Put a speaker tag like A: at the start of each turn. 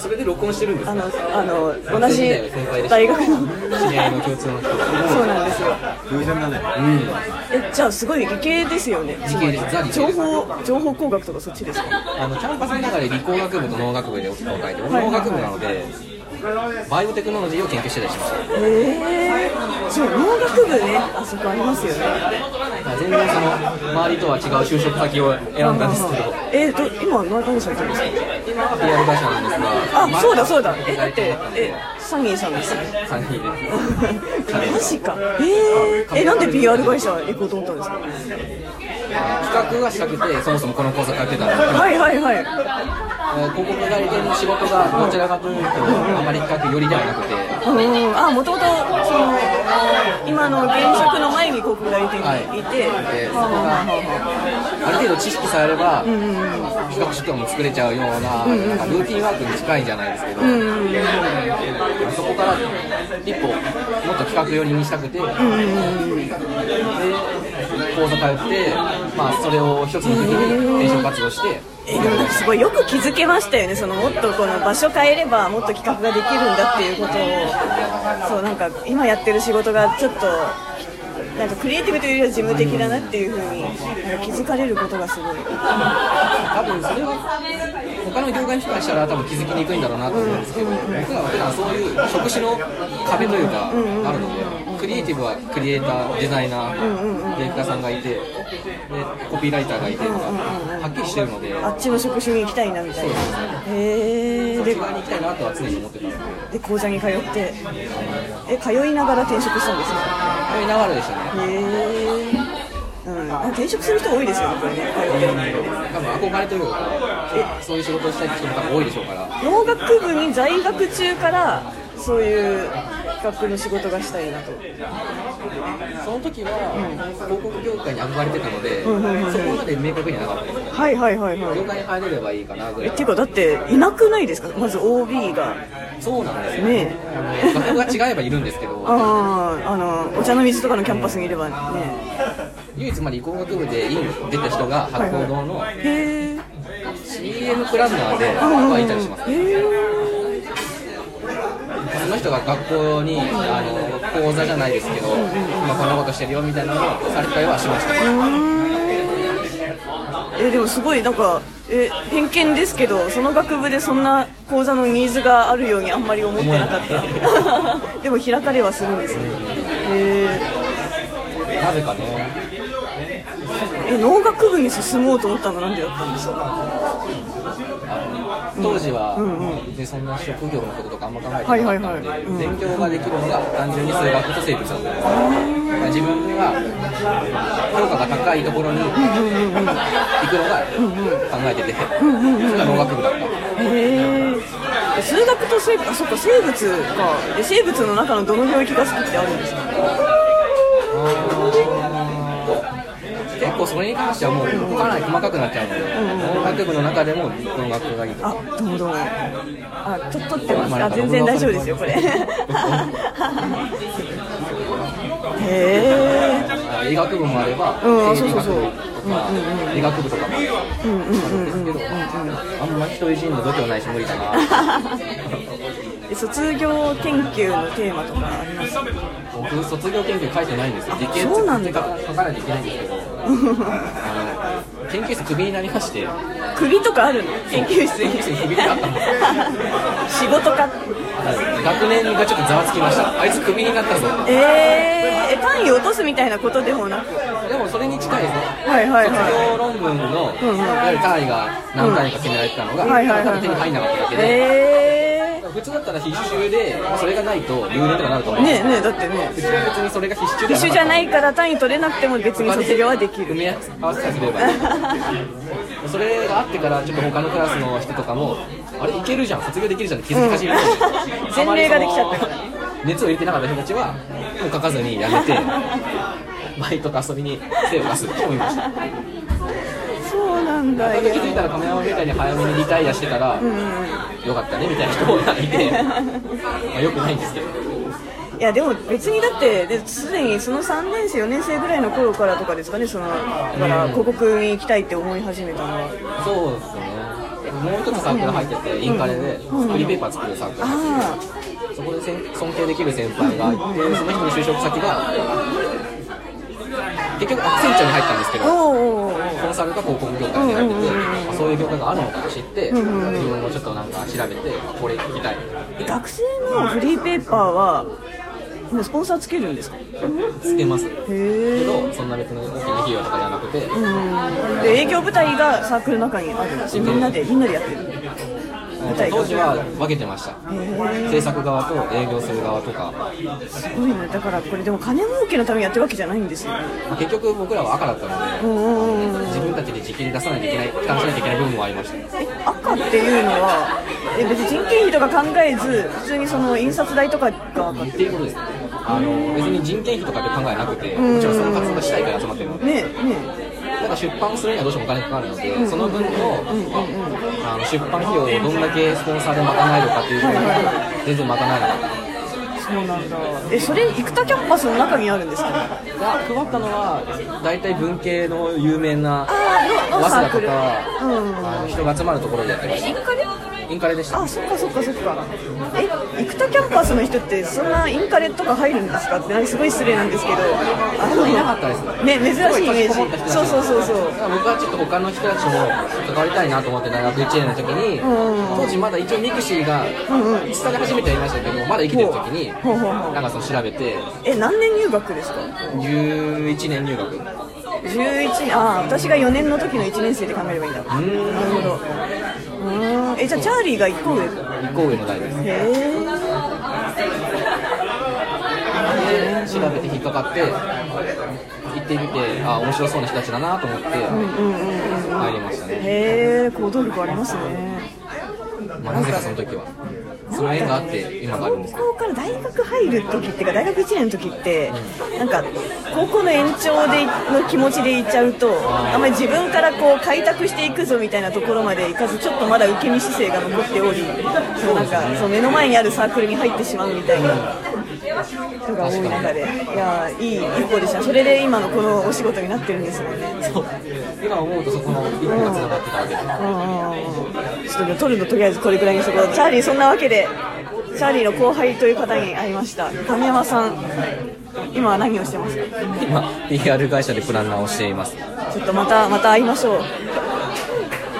A: それで録音してるんです
B: あ
A: か
B: のあの同じ大学の
A: 知り合いの共通の人
B: そうなんですよ
C: 偶然だね
B: えじゃあすごい理系ですよね
A: 理系ですザ理系
B: 情
A: です
B: 報情報工学とかそっちですか
A: あのキャンパスの中で理工学部と農学部で大きく分かれて俺農学部なのでバイオテクノロジーを研究してたりしまし
B: へえそう農学部ねあそこありますよね
A: た全然その周りとは違う就職先を選んだんですけど
B: えど今な何されてるんですか
A: 今は PR 会社なんですが
B: あそうだそうだえだっ
A: え
B: てえサニーさんですよね
A: 3人で
B: マジかえー、えなんで PR 会社行こうと思ったんですか
A: 企画がしたくてそもそもこの講座通ってたんですけど
B: はいはいはい
A: 広告代理店の仕事がどちらかというとあまり企画寄りではなくて
B: うんあもともとその今の現職の前に国大にいて、
A: はいでそこがある程度知識さえあれば企画書とかも作れちゃうようななんかルーティンワークに近いんじゃないですけどそこから一歩もっと企画寄りにしたくてで講座通ってまあそれを一つの時に転職活動して
B: えでもすごいよく気づけましたよねそのもっとこの場所変えればもっと企画ができるんだっていうことをそうなんか今やってる仕事がちょっとなんかクリエイティブというよりは事務的だなっていうふうになんか気づかれることがすご
A: 多
B: い
A: 分それは他の業界の人からしたら多分気づきにくいんだろうなと思うんですけど僕らは普段そういう職種の壁というかあるのでクリエイティブはクリエイターデザイナーディレクターさんがいてでコピーライターがいてとかはっきりしてるので
B: あっちの職種に行きたいなみたいなへえ
A: そっ
B: で
A: ち側に行きたいなとは常に思ってたので
B: で講座に通ってえ通いながら転職したんですよ
A: そういう流れでしたね
B: へえ、うん、あ転職する人多いですよねこれね
A: 多分憧れというかそういう仕事をしたいって人も多分多いでしょうから
B: 農学部に在学中からそういう企画の仕事がしたいなと
A: その時は広告業界に憧れてたのでそこまで明確にはなかったです
B: はいはいはいは
A: 業界に入れればいいかなぐ
B: え
A: らい
B: っていうかだっていなくないですかまず OB が
A: そうなんですよ
B: ね
A: あの学部が違えばいるんですけど、
B: あああのお茶の水とかのキャンパスにいればね
A: 唯一まあ理工学部で院出た人が博報堂の
B: へえ
A: CM プランナーではいたりします。
B: へ
A: その人が学校にあの講座じゃないですけど、今こんなことしてるよみたいなのをされたりはしました。
B: えでもすごいなんかえ偏見ですけどその学部でそんな講座のニーズがあるようにあんまり思ってなかった でも開かれはするんですねへえ
A: なぜかね。
B: え農学部に進もうと思ったのなんでだったんですか
A: 当時は、でそんな職業のこととかあんま考えてな
B: はいは
A: か
B: い
A: った
B: はい
A: ので、勉強ができるのが単純に数学と生物だったんですだから自分が評価が高いところに行くのが考えてて、それが農学部だった、
B: へえ数学と生物あそっか生物かえ生物の中のどの領域が好きってあるんですか
A: 結構それに関してはもう動かない細かくなっちゃうので、農学部の中でも農学がいいと
B: あどうもどうもあちょっと撮ってます
A: まあ
B: あ全然大丈夫ですよこれへえ
A: 医学部もあれば、
B: うん
A: 生理学部
B: そうそう
A: とか、理学部とかもあるんですけど、あんまり人いじんの度胸ないし無理だな。
B: え卒業研究のテーマとかあります
A: 僕卒業研究書いてないんですよ理系
B: そうなんだ
A: 書かないといけないんですけどあの研究室クビになりまして
B: 首とかあるの研究室
A: 研
B: に
A: 究室に首があったんで
B: 仕事か
A: 学年がちょっとざわつきましたあいつクビになったぞ
B: えー、え単位落とすみたいなことでもなく
A: でもそれに近いですね
B: はいはいはい
A: 卒業論文のいわゆる単位が何単位か決められてたのが、
B: うんはいはいはい
A: ただ手に入んなかっただけで、
B: え
A: 普通だったら必修でそれがないと留年とかなると思
B: ー、
A: うん
B: ね
A: で
B: え
A: す
B: ねえだってね
A: うちは別にそれが必修ではなか
B: 一
A: った
B: 緒じゃないから単位取れなくても別に卒業はでき
A: 埋
B: る
A: め合わせたりすればいいそれがあってからちょっと他のクラスの人とかもあれいけるじゃん卒業できるじゃんって気づき始め
B: うん
A: た
B: 前例ができちゃった
A: 熱を入れてなかった人たちはもう書かずにやめてバイトと遊びに手を出す人もいま した
B: そうなんだ
A: それ
B: よ
A: で気づいたら亀山みたいに早めにリタイアしてたら、よかったねみたいな人もいて、まあ、よくないんですけど
B: いやでも別にだってですでにその3年生4年生ぐらいの頃からとかですかねそのだから広告に行きたいって思い始めたのは
A: そうですねもう一つサークル入ってて、インカレでフリーペーパー作るサークル入ってて
B: あ
A: そこでせん尊敬できる先輩がいて、その人の就職先が、結局、アクセンチャーに入ったんですけ
B: あ
A: ど、
B: おーおー
A: コンサルが広告業界に入ってて、あそういう業界があるのかと知って、自分もちょっとなんか調べて、あこれ聞きたい。
B: 学生のフリーペーパーはねスポンサーつけるんですか
A: つけます。
B: へ
A: けど、そんな別に大きな企業とかじゃなくて、
B: で営業部隊がサークルの中にあるんですよみんなでみんなでやってる
A: えっと当時は分けてました。制作側と営業する側とか、
B: すごいねだからこれでも金儲けのためにやってるわけじゃないんですよ
A: まあ結局僕らは赤だったので、自分たちで時給で出さないといけない、負担しないといけない部分もありました。
B: 赤っていうのはえ別に人件費とか考えず普通にその印刷代とかが赤
A: っていうことですねあの別に人件費とかって考えなくてもちろんその活動がしたいから集まってるので
B: ねね
A: なんか出版するにはどうしてもお金かかるのでその分のあの出版費用をどんだけスポンサーで賄えるかっていうのが全然賄えなかった
B: そうなんだえそれ生田キャンパスの中にあるんですか
A: が配ったのは大体文系の有名な
B: あ
A: 早
B: の
A: 稲
B: サ
A: 田
B: ー
A: と
B: クル
A: か
B: うん
A: あの人が集まるところでやってまし
B: インカレ
A: たインカレでした
B: あそっかそっかそっかえ生田キャンパスの人ってそんなインカレとか入るんですかってなんかすごい失礼なんですけどあ
A: そういなかったですね
B: ね珍しいイメージ
A: すごい年こもった人たち
B: そうそうそうそう
A: だから僕はちょっと他の人たちも関わりたいなと思って大学1年の時に、当時まだ一応ミクシーが伝え始めてやりましたけどまだ生きてる時に
B: ほうほうほう
A: なんかその調べて
B: え何年入学ですか
A: 11年入学う
B: 11ああ私が4年の時の1年生で考えればいいんだなる
A: ーん
B: ほどうーんえじゃあチャーリーが1個上へ
A: 一個上の代ですで
B: え
A: 調べて引っかかって行ってみてあ面白そうな人たちだなと思って入りましたね、
B: へえ行動力ありますね
A: まあ、なぜかその時はその縁があって今があるんですけど
B: 高校から大学入る時っていうか大学1年の時ってなんか高校の延長での気持ちでいっちゃうとあんまり自分からこう開拓していくぞみたいなところまでいかずちょっとまだ受け身姿勢が残っておりそうなんかそう目の前にあるサークルに入ってしまうみたいな人が多い中でいやーいい一歩でしたそれで今のこのお仕事になってるんですもんね
A: そう今思うとそこの一歩がつながってたわけで
B: ちょっと取るのとりあえずこれくらいにしとこうチャーリーそんなわけでチャーリーの後輩という方に会いました神山さん今は何をしてますか
A: 今 PR 会社でプランナーをしています
B: ちょっとまたまた会いましょう